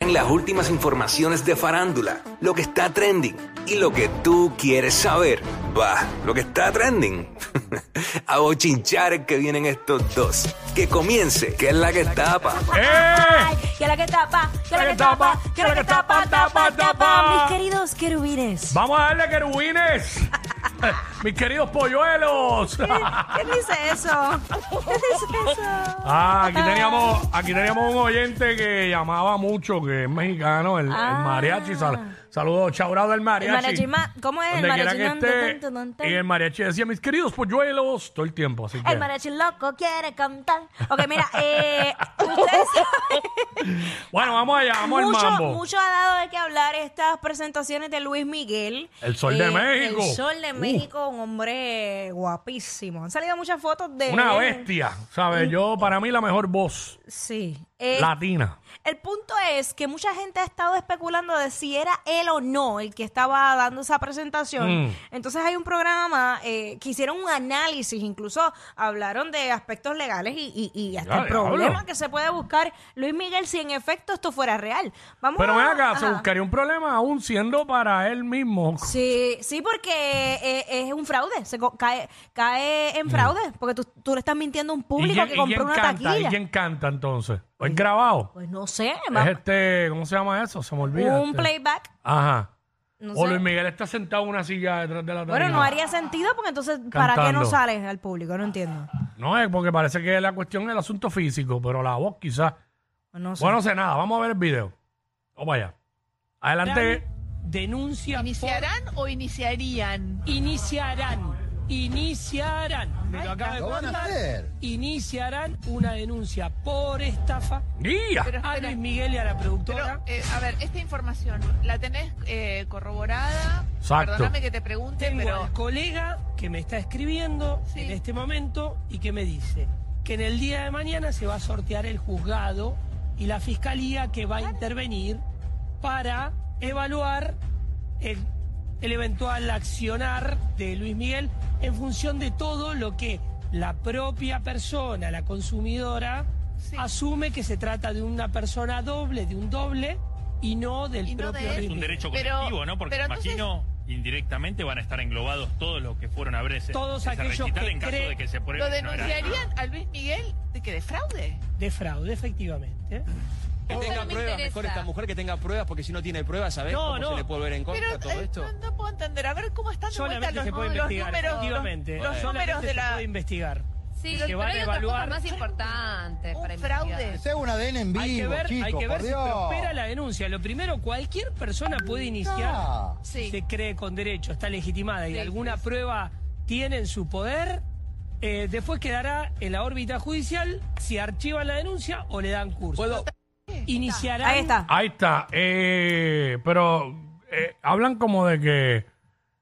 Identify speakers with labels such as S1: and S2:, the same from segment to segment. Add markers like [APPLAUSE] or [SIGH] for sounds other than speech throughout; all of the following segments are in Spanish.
S1: en las últimas informaciones de farándula, lo que está trending y lo que tú quieres saber. Va, lo que está trending. [LAUGHS] A bochinchar que vienen estos dos. Que comience, que es la que [LAUGHS] tapa.
S2: ¡Eh!
S3: Que la que tapa, que la que tapa, que la que tapa, tapa, tapa. Mis queridos querubines.
S2: Vamos a darle querubines. [LAUGHS] Mis queridos polluelos.
S3: ¿Quién dice eso? ¿Quién dice eso?
S2: [LAUGHS] Ah, aquí teníamos, aquí teníamos un oyente que llamaba mucho, que es mexicano, el, el
S3: Ah.
S2: mariachi. Sal- saludos, chaurado del mariachi.
S3: El mariachi ma- ¿cómo es? El
S2: Donde quiera
S3: mariachi
S2: que
S3: tan,
S2: esté.
S3: tan, tan, tan.
S2: Y el mariachi decía, mis queridos polluelos, todo el tiempo. Así que,
S3: El mariachi loco quiere cantar. Ok, mira,
S2: [LAUGHS]
S3: eh, ustedes saben,
S2: bueno, vamos allá, vamos al
S3: mucho,
S2: mambo.
S3: mucho ha dado de qué hablar estas presentaciones de Luis Miguel. Eh,
S2: El Sol de México.
S3: El Sol de
S2: Uh.
S3: México, un hombre guapísimo. Han salido muchas fotos de
S2: Una
S3: él.
S2: bestia, ¿sabes? Yo, para mí, la mejor voz
S3: Sí. Eh,
S2: latina.
S3: El punto es que mucha gente ha estado especulando de si era él o no el que estaba dando esa presentación.
S2: Mm.
S3: Entonces hay un programa eh, que hicieron un análisis, incluso hablaron de aspectos legales y, y- y hasta
S2: Ya,
S3: el problema
S2: diablo.
S3: que se puede buscar Luis Miguel si en efecto esto fuera real. Vamos
S2: Pero
S3: a-
S2: ven acá, se
S3: ajá.
S2: buscaría un problema aún siendo para él mismo.
S3: Sí, sí, porque eh, es un fraude, se co- cae, cae en fraude, porque tú, tú le estás mintiendo a un
S2: Mm. ¿Y
S3: público
S2: quién-
S3: que
S2: y
S3: compró
S2: quién
S3: una
S2: canta? ¿Y
S3: taquilla.
S2: quién canta entonces? ¿O es grabado?
S3: Pues no sé, va-
S2: Es este, ¿cómo se llama eso? Se me olvida.
S3: un
S2: este.
S3: playback.
S2: Ajá.
S3: No
S2: o
S3: sé.
S2: Luis Miguel está sentado en una silla detrás de la tarima.
S3: Bueno, no haría sentido porque entonces, ¿para qué no
S2: Cantando.
S3: sales al público? No entiendo.
S2: No es porque parece que la cuestión es el asunto físico, pero la voz quizás.
S3: No sé.
S2: Bueno, no sé nada. Vamos a ver el video. Vamos allá. Adelante.
S4: denuncia
S5: ¿Iniciarán o iniciarían?
S4: por- iniciarán iniciarán me lo acaba de contar. iniciarán una denuncia por estafa
S2: ¡Ya!
S5: Pero
S4: a
S5: espera,
S4: Luis Miguel y a la
S5: pero,
S4: productora
S5: eh, a ver, esta información, ¿la tenés eh, corroborada?
S2: Exacto.
S5: Perdóname que te pregunte,
S4: tengo
S5: pero
S4: al colega que me está escribiendo
S5: Sí.
S4: en este momento y que me dice que en el día de mañana se va a sortear el juzgado y la fiscalía que va a intervenir para evaluar el, el eventual accionar de Luis Miguel en función de todo lo que la propia persona, la consumidora,
S5: Sí.
S4: asume que se trata de una persona doble, de un doble y no del
S5: Y no
S4: propio
S5: de él.
S4: Luis
S6: es un
S4: Miguel.
S6: derecho
S5: Pero-
S6: colectivo, ¿no? Porque
S5: pero entonces-
S6: imagino indirectamente van a estar englobados todos los que fueron a ver ese,
S4: Todos
S6: ese
S4: aquellos
S6: recital
S4: que
S6: en caso
S4: creen-
S6: de que se pruebe
S5: ¿lo
S6: que no era él, ¿no?
S5: denunciarían a Luis Miguel de que de fraude?
S4: de fraude, efectivamente.
S7: Que
S5: Eso
S7: tenga
S5: no me
S7: pruebas,
S5: interesa.
S7: mejor esta mujer que tenga pruebas, porque si no tiene pruebas, ¿sabes
S4: No,
S7: cómo
S4: no.
S7: se le puede volver en contra
S5: Pero
S7: todo
S5: eh,
S7: esto?
S5: no, no puedo entender, a ver cómo están de vuelta
S4: Solamente
S5: los,
S4: se puede
S5: los
S4: investigar,
S5: números,
S4: efectivamente. Eh,
S5: los
S4: Solamente
S5: números de
S4: se
S5: la,
S4: puede investigar.
S8: Sí,
S5: Pero
S8: pero,
S4: que van a
S8: hay otras
S4: evaluar.
S8: cosas más importantes para
S5: un
S8: investigar.
S5: fraude.
S9: Sea un ADN en vivo,
S4: hay que ver,
S9: chicos,
S4: hay que ver
S9: por
S4: si
S9: Dios.
S4: prospera la denuncia. Lo primero, cualquier persona puede iniciar.
S9: Ah,
S4: Si
S5: Sí.
S4: se cree con derecho, está legitimada y
S8: Sí,
S4: alguna prueba tiene en su poder, eh, después quedará en la órbita judicial si archivan la denuncia o le dan curso.
S7: ¿Puedo?
S4: Iniciarán
S3: Ahí está.
S2: Ahí está. Eh, pero eh, hablan como de que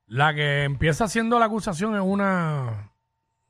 S2: la que empieza haciendo la acusación es una.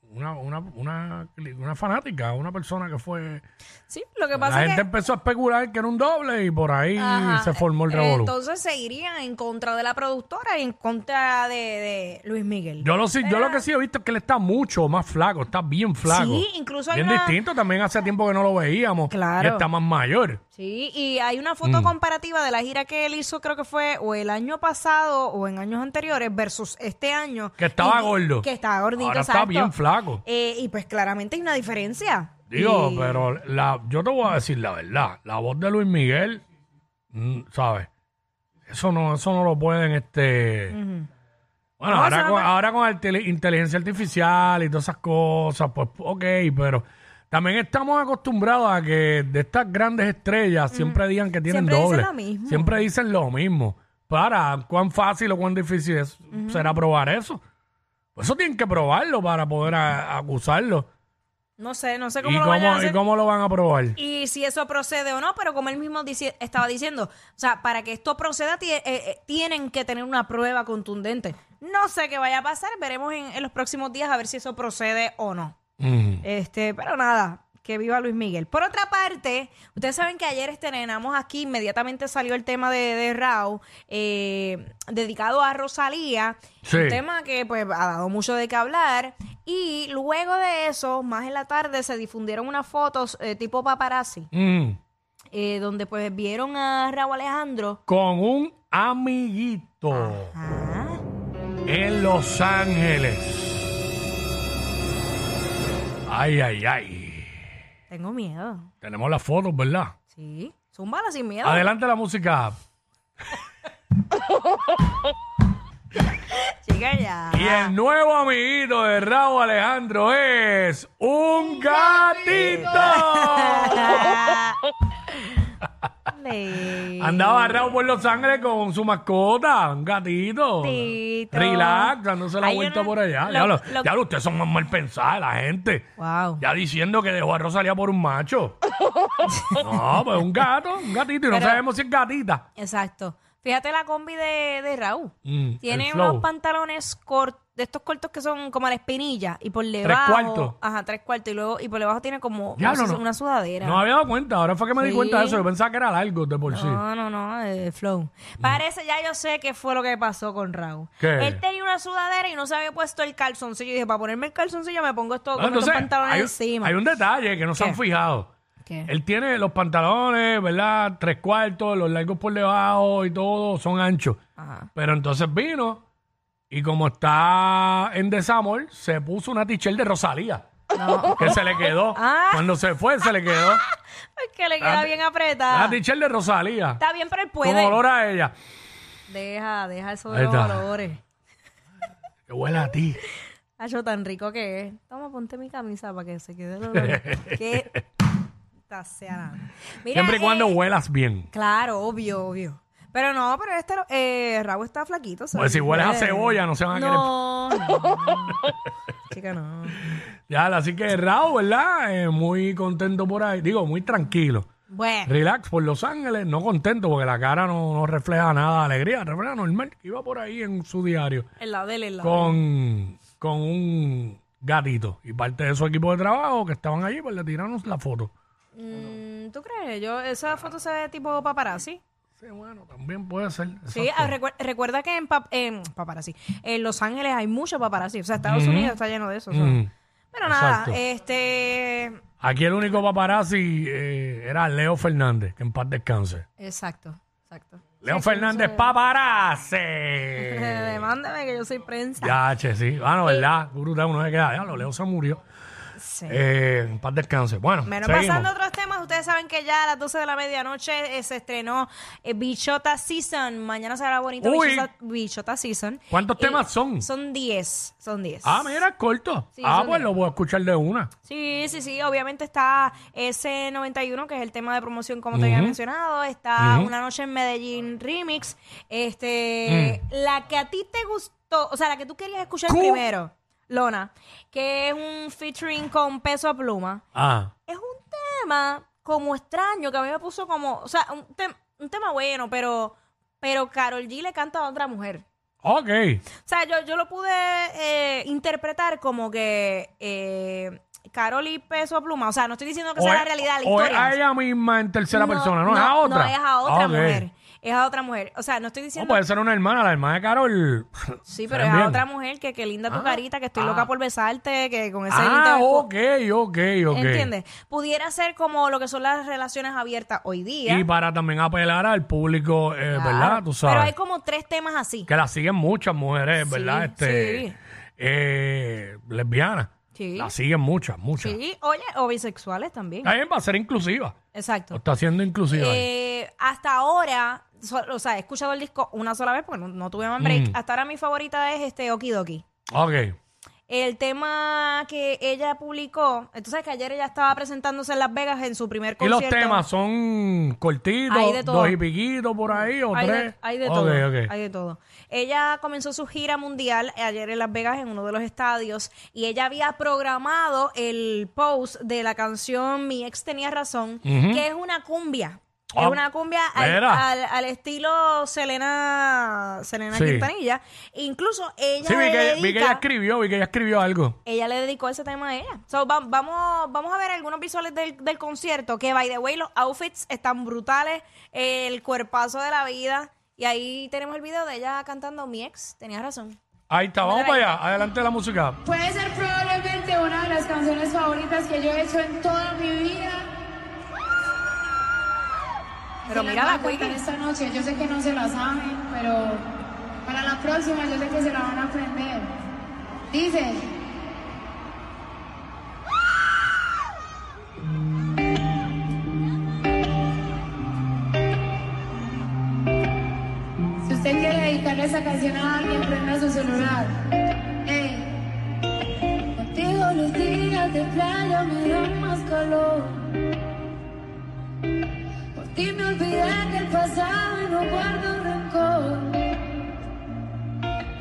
S2: Una, una, una, una fanática, una persona que fue...
S3: Sí, lo que
S2: La
S3: pasa es
S2: gente
S3: que...
S2: empezó a especular que era un doble y por ahí
S3: Ajá.
S2: se formó el revolú.
S3: Entonces se iría en contra de la productora y en contra de, de Luis Miguel.
S2: Yo lo, sí- yo lo que sí he visto es que él está mucho más flaco, está bien flaco.
S3: Sí, incluso hay
S2: Bien
S3: una-
S2: distinto, también hace tiempo que no lo veíamos.
S3: Claro.
S2: Y está más mayor.
S3: Sí, y hay una
S2: Mm.
S3: foto comparativa de la gira que él hizo, creo que fue o el año pasado o en años anteriores versus este año.
S2: Que estaba
S3: Y-
S2: gordo.
S3: Que estaba gordito,
S2: Ahora está
S3: exacto.
S2: bien flaco.
S3: Eh, y pues claramente hay una diferencia.
S2: Digo,
S3: Y-
S2: pero la, yo te voy a decir la verdad. La voz de Luis Miguel, mm, ¿sabes? Eso no, eso no lo pueden, este... Bueno,
S3: No,
S2: ahora,
S3: eso no
S2: con,
S3: me-
S2: ahora con el tele- inteligencia artificial y todas esas cosas, pues ok, pero también estamos acostumbrados a que de estas grandes estrellas siempre digan que tienen
S3: Siempre dicen
S2: doble.
S3: lo mismo.
S2: Siempre dicen lo mismo. Para, cuán fácil o cuán difícil es- Pues será probar eso. Eso tienen que probarlo para poder a- acusarlo.
S3: No sé, no sé
S2: ¿Y
S3: cómo lo
S2: cómo-
S3: van a
S2: ¿Y
S3: hacer.
S2: cómo lo van a probar?
S3: Y si eso procede o no, pero como él mismo dici- estaba diciendo, o sea, para que esto proceda ti- eh, eh, tienen que tener una prueba contundente. No sé qué vaya a pasar, veremos en, en los próximos días a ver si eso procede o no.
S2: Mm.
S3: Este, pero nada, que viva Luis Miguel. Por otra parte, ustedes saben que ayer estrenamos aquí, inmediatamente salió el tema de, de Rao, eh, dedicado a Rosalía.
S2: Sí.
S3: Un tema que pues ha dado mucho de qué hablar. Y luego de eso, más en la tarde, se difundieron unas fotos eh, tipo paparazzi,
S2: Mm.
S3: eh, donde pues vieron a Rao Alejandro.
S2: Con un amiguito
S3: Ah. Ajá.
S2: en Los Ángeles. Ay, ay, ay.
S3: Tengo miedo.
S2: Tenemos las fotos, ¿verdad?
S3: Sí. Zúmbala sin miedo.
S2: Adelante la música.
S3: Chica ya.
S2: Y [LAUGHS]
S3: [LAUGHS]
S2: el nuevo amiguito de Raúl Alejandro es un
S3: [LAUGHS]
S2: gatito.
S3: Le-
S2: Andaba Raúl por Los Ángeles con su mascota, un gatito.
S3: Gatito.
S2: Relax, dándose la
S3: Ay, yo
S2: vuelta
S3: no-
S2: por allá.
S3: lo-
S2: ya lo,
S3: lo-
S2: ya lo- ustedes son más mal pensadas, la gente.
S3: Wow.
S2: Ya diciendo que dejó a Rosalía por un
S3: [LAUGHS]
S2: macho. no, pues un gato, un gatito. Y no
S3: Pero-
S2: sabemos si es gatita.
S3: Exacto. Fíjate la combi de, de Raúl.
S2: Mm, el
S3: Tiene
S2: flow.
S3: unos pantalones cor- de estos cortos que son como la espinilla y por debajo.
S2: cuartos.
S3: Ajá, tres cuartos. Y luego, y por debajo tiene como
S2: Ya,
S3: no sé,
S2: no, no.
S3: una sudadera.
S2: No me había dado cuenta. Ahora fue que me di
S3: Sí.
S2: cuenta de eso. Yo pensaba que era largo de por sí. Mm.
S3: No, no, no, eh, flow. Parece, ya yo sé qué fue lo que pasó con Raúl.
S2: ¿Qué?
S3: Él tenía una sudadera y no se había puesto el calzoncillo. Y dije, para ponerme el calzoncillo me pongo esto,
S2: No,
S3: como estos
S2: entonces,
S3: pantalones
S2: hay,
S3: encima.
S2: hay un detalle que no se
S3: ¿Qué?
S2: han fijado.
S3: ¿Qué?
S2: Él tiene los pantalones, ¿verdad? Tres cuartos, los largos por debajo y todo, son anchos.
S3: Ajá.
S2: Pero entonces vino y como está en desamor, se puso una t de Rosalía.
S3: No.
S2: Que se le quedó.
S3: [LAUGHS] Ah.
S2: Cuando se fue, se le quedó.
S3: Es que le queda
S2: Ah,
S3: bien
S2: La
S3: apretada.
S2: t de Rosalía.
S3: Está bien, pero él
S2: Con
S3: puede.
S2: olor a ella.
S3: Deja, deja eso de
S2: Ahí
S3: los
S2: está.
S3: olores.
S2: Que huele a ti.
S3: Hacho, Ah, tan rico que es. Toma, ponte mi camisa para que se quede el
S2: [LAUGHS]
S3: olor. que eh.
S2: Siempre y cuando huelas bien.
S3: Claro, obvio, obvio. Pero no, pero este eh, Raúl está flaquito. ¿sabes?
S2: Pues si hueles a
S3: Eh,
S2: cebolla, no se van a querer.
S3: No, no. Chica, no.
S2: Ya, así que Raúl, ¿verdad? Eh, muy contento por ahí. Digo, muy tranquilo.
S3: Bueno,
S2: Relax por Los Ángeles, no contento porque la cara no, no refleja nada de alegría, refleja normal. que Iba por ahí en su diario
S3: el lado del el lado.
S2: con, con un gatito y parte de su equipo de trabajo que estaban allí, pues le tiraron la foto.
S3: Mm, ¿Tú crees? Yo, esa foto se ve tipo paparazzi.
S2: Sí, bueno, también puede ser.
S3: Sí,
S2: exacto.
S3: ah, recuer- recuerda que en, pap- en paparazzi, en Los Ángeles hay mucho paparazzi. O sea, Estados Unidos está lleno de eso. o sea.
S2: Mm.
S3: Pero nada,
S2: Exacto.
S3: este...
S2: Aquí el único paparazzi eh, era Leo Fernández, que en paz descanse.
S3: Exacto, exacto.
S2: Leo Fernández, paparazzi.
S3: [LAUGHS] Demándame que yo soy prensa.
S2: ya, che, sí. Ah, no, ¿verdad? Brutal, uno se queda. Ya, lo Leo se murió.
S3: Sí.
S2: Eh, en paz descanse. Bueno,
S3: Bueno,
S2: seguimos.
S3: pasando a otros temas, ustedes saben que ya a las 12 de la medianoche eh, se estrenó eh, Bichota Season. Mañana será bonito
S2: Uy.
S3: Bichota, Bichota Season.
S2: ¿Cuántos
S3: Y
S2: temas son?
S3: Son 10, son 10.
S2: Ah, mira, es corto.
S3: Sí,
S2: ah,
S3: son
S2: pues
S3: diez.
S2: lo voy a escuchar de una.
S3: Sí, sí, sí, obviamente está ese 91, que es el tema de promoción, como te había mencionado, está Una Noche en Medellín Remix, este, la que a ti te gustó, o sea, la que tú querías escuchar
S2: ¿Cómo?
S3: primero, Lona, que es un featuring con Peso a Pluma,
S2: Ah,
S3: es un tema como extraño, que a mí me puso como, o sea, un, tem- un tema bueno, pero, pero Carol G le canta a otra mujer.
S2: ok.
S3: O sea, yo, yo lo pude eh, interpretar como que eh, Carol y Peso Pluma. O sea, no estoy diciendo que sea la
S2: es-
S3: realidad, la
S2: o es
S3: historia.
S2: a ella misma en tercera persona, no, es a otra.
S3: No, es a otra
S2: Ah, ok.
S3: mujer. Es a otra mujer. O sea, no estoy
S2: No,
S3: diciendo.
S2: puede ser una hermana, la hermana de Carol. [LAUGHS]
S3: sí,
S2: se
S3: pero
S2: ven
S3: es a
S2: bien.
S3: otra mujer que, que linda tu
S2: Ah,
S3: carita, que estoy
S2: ah.
S3: loca por besarte, que con ese
S2: Ah,
S3: diente-
S2: ok, ok, ok.
S3: ¿Entiendes? Pudiera ser como lo que son las relaciones abiertas hoy día.
S2: Y para también apelar al público, eh,
S3: Claro.
S2: ¿verdad? Tú sabes.
S3: Pero hay como tres temas así.
S2: Que la siguen muchas mujeres, ¿verdad?
S3: Sí,
S2: Este,
S3: sí.
S2: eh, lesbianas.
S3: Sí.
S2: La siguen muchas, muchas.
S3: Sí, oye, o bisexuales también.
S2: También va a ser inclusiva.
S3: Exacto.
S2: Lo está siendo inclusiva. ahí.
S3: Eh, hasta ahora, so- o sea, he escuchado
S2: Mm.
S3: el disco una sola vez porque no, no tuve man break. Hasta ahora mi favorita es este Okidoki.
S2: Ok.
S3: el tema que ella publicó. Entonces, que ayer ella estaba presentándose en Las Vegas en su primer
S2: Y los
S3: concierto.
S2: temas son
S3: Hay de
S2: cortitos,
S3: todo.
S2: dos y piquitos por ahí, o
S3: Hay
S2: tres.
S3: de, hay de
S2: Ok,
S3: todo.
S2: ok.
S3: Hay de todo. Ella comenzó su gira mundial ayer en Las Vegas en uno de los estadios y ella había programado el post de la canción Mi ex tenía razón, que es una cumbia.
S2: Ah,
S3: es una cumbia al,
S2: mira.
S3: al- al estilo Selena, Selena
S2: Sí.
S3: Quintanilla. Incluso ella
S2: Sí,
S3: le
S2: vi que, vi que ella
S3: dedica-
S2: escribió, vi que ella escribió algo.
S3: ella le dedicó ese tema a ella. So, va- vamos, vamos a ver algunos visuales del, del concierto, que by the way, los outfits están brutales, el cuerpazo de la vida. Y ahí tenemos el video de ella cantando Mi ex, tenías razón.
S2: Ahí está, vamos para allá, adelante la música.
S3: Pues,
S9: Puede ser probablemente una de las canciones favoritas que yo he hecho en toda mi vida.
S3: Pero
S9: Se
S3: mira
S9: van
S3: la
S9: a cantar
S3: Queen.
S9: esta noche, yo sé que no se la saben, pero para la próxima yo sé que se la van a aprender. Dice. Si usted quiere dedicarle esa canción a alguien, prenda su celular. Ey. Contigo los días de playa me dan más calor. Por ti me olvidé del pasado y no guardo rencor.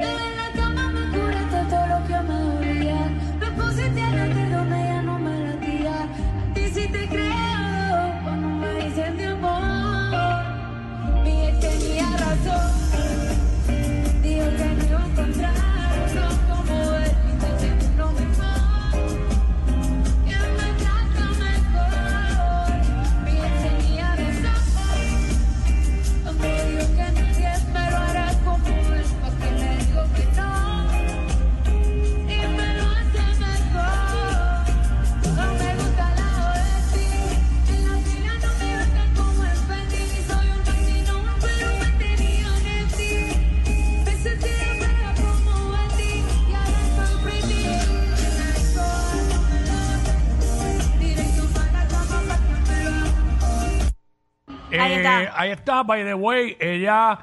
S9: En la cama me curaste todo lo que me dolía. Me pusiste a latir donde ya no me latía. A ti sí te creo cuando me dices de amor. Mi ex tenía razón. Dijo que no iba a encontrar uno como él. Y te tengo uno mejor. Que me trata mejor. Mi ex tenía razón. Me dijo que nadie me lo hará como él. ¿Para qué le digo que no? Y me lo hace mejor. No me gusta la OSI. En la fila no me gusta como el Fendi. Soy un vecino, pero me tenía en Me sentí de verga como a ti. Y ahora estoy pretty. En la escuela. Directo para la cama para que me lo
S3: Ahí
S2: Eh,
S3: está.
S2: ahí está, by the way, ella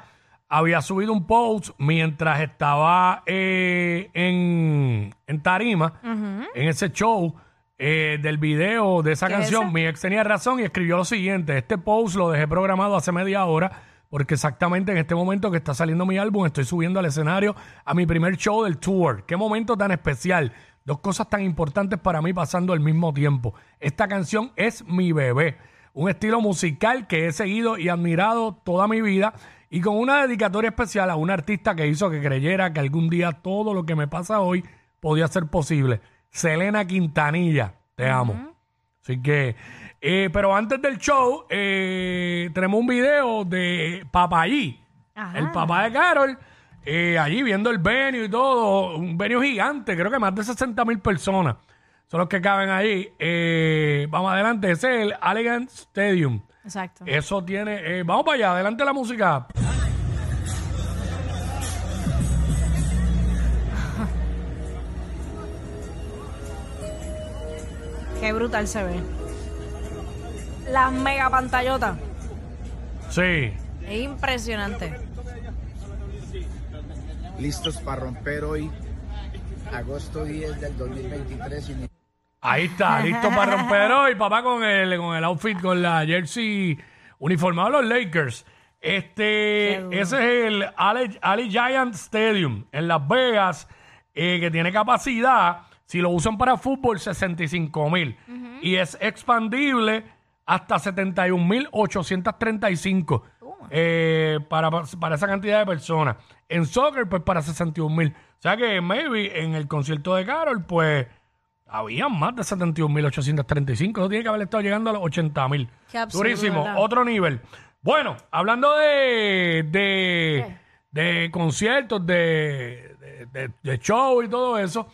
S2: había subido un post mientras estaba eh, en, en Tarima, en ese show eh, del video de esa
S3: ¿Qué es
S2: canción.
S3: ese?
S2: Mi ex tenía razón y escribió lo siguiente: Este post lo dejé programado hace media hora. Porque exactamente en este momento que está saliendo mi álbum, estoy subiendo al escenario a mi primer show del tour. Qué momento tan especial. Dos cosas tan importantes para mí pasando al mismo tiempo. Esta canción es mi bebé un estilo musical que he seguido y admirado toda mi vida y con una dedicatoria especial a un artista que hizo que creyera que algún día todo lo que me pasa hoy podía ser posible. Selena Quintanilla, te amo. Así que, eh, pero antes del show, eh, tenemos un video de Papayí,
S3: Ajá.
S2: el papá de Carol, eh, allí viendo el venio y todo, un venio gigante, creo que más de 60 mil personas son los que caben ahí. Eh, vamos adelante, ese es el Allegiant Stadium.
S3: Exacto.
S2: Eso tiene. eh, vamos para allá, adelante la música.
S3: Qué brutal se ve. Las mega pantallotas.
S2: Sí.
S3: Es impresionante.
S10: listos para romper hoy, agosto 10 del 2023. y-
S2: Ahí está, listo para romper hoy, papá, con el, con el outfit, con la jersey uniformado de los Lakers. Este, ese es el Ale, Ale Giant Stadium en Las Vegas, eh, que tiene capacidad, si lo usan para fútbol, 65 mil. Y es expandible hasta 71.835 eh, para, para esa cantidad de personas. En soccer, pues para 61 mil. O sea que maybe en el concierto de Carol, pues... Había más de 71.835. Eso tiene que haber estado llegando a los 80.000.
S3: Qué absurdo,
S2: Durísimo.
S3: ¿verdad?
S2: Otro nivel. Bueno, hablando de, de, de conciertos, de, de, de- de show y todo eso,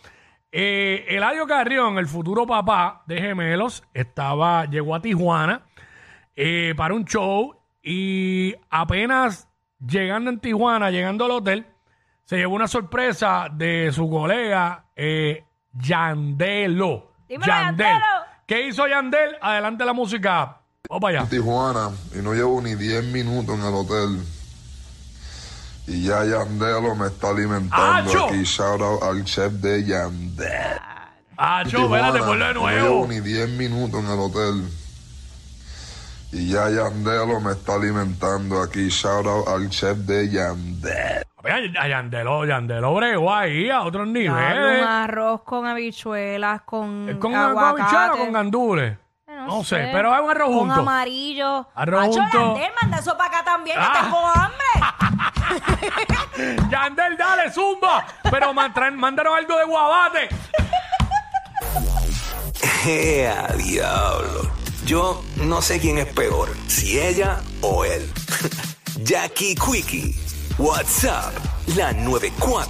S2: eh, Eladio Carrión, el futuro papá de Gemelos, estaba, llegó a Tijuana eh, para un show y apenas llegando en Tijuana, llegando al hotel, se llevó una sorpresa de su colega eh, Yandelo.
S3: Dímelo, Yandelo.
S2: ¿Qué hizo Yandel? Adelante la música. Vamos para allá.
S11: Tijuana y no llevo ni 10 minutos en el hotel.
S9: Y ya Yandelo me está
S4: ¡Ah,
S9: alimentando
S2: ¡Acho!
S9: aquí. Shout out al chef de Yandel.
S2: Ah,
S9: Y
S2: cho, espérate,
S9: Tijuana,
S2: ponlo de
S9: no llevo
S2: nuevo.
S9: ni 10 minutos en el hotel. Y ya Yandelo me está alimentando aquí. Shout out al chef de Yandel.
S2: Vean, a Yandelo, Yandelo bregó ahí a otros
S3: Claro,
S2: niveles.
S3: un arroz con habichuelas, con,
S2: ¿Es ¿Con, con
S3: aguacate.
S2: bichara o con gandules? No, sé, pero es un arroz
S3: Con
S2: junto.
S3: amarillo.
S2: Arroz
S3: Acho,
S2: junto.
S3: Yandel, manda eso para acá también, que
S2: Ah.
S3: tengo hambre.
S2: Yandel, dale, zumba. Pero mantra- mándanos algo de guabate.
S1: ¡Ea, Eh, diablo! Yo no sé quién es peor, si ella [LAUGHS] o él. Jackie Quickie, WhatsApp, la 94.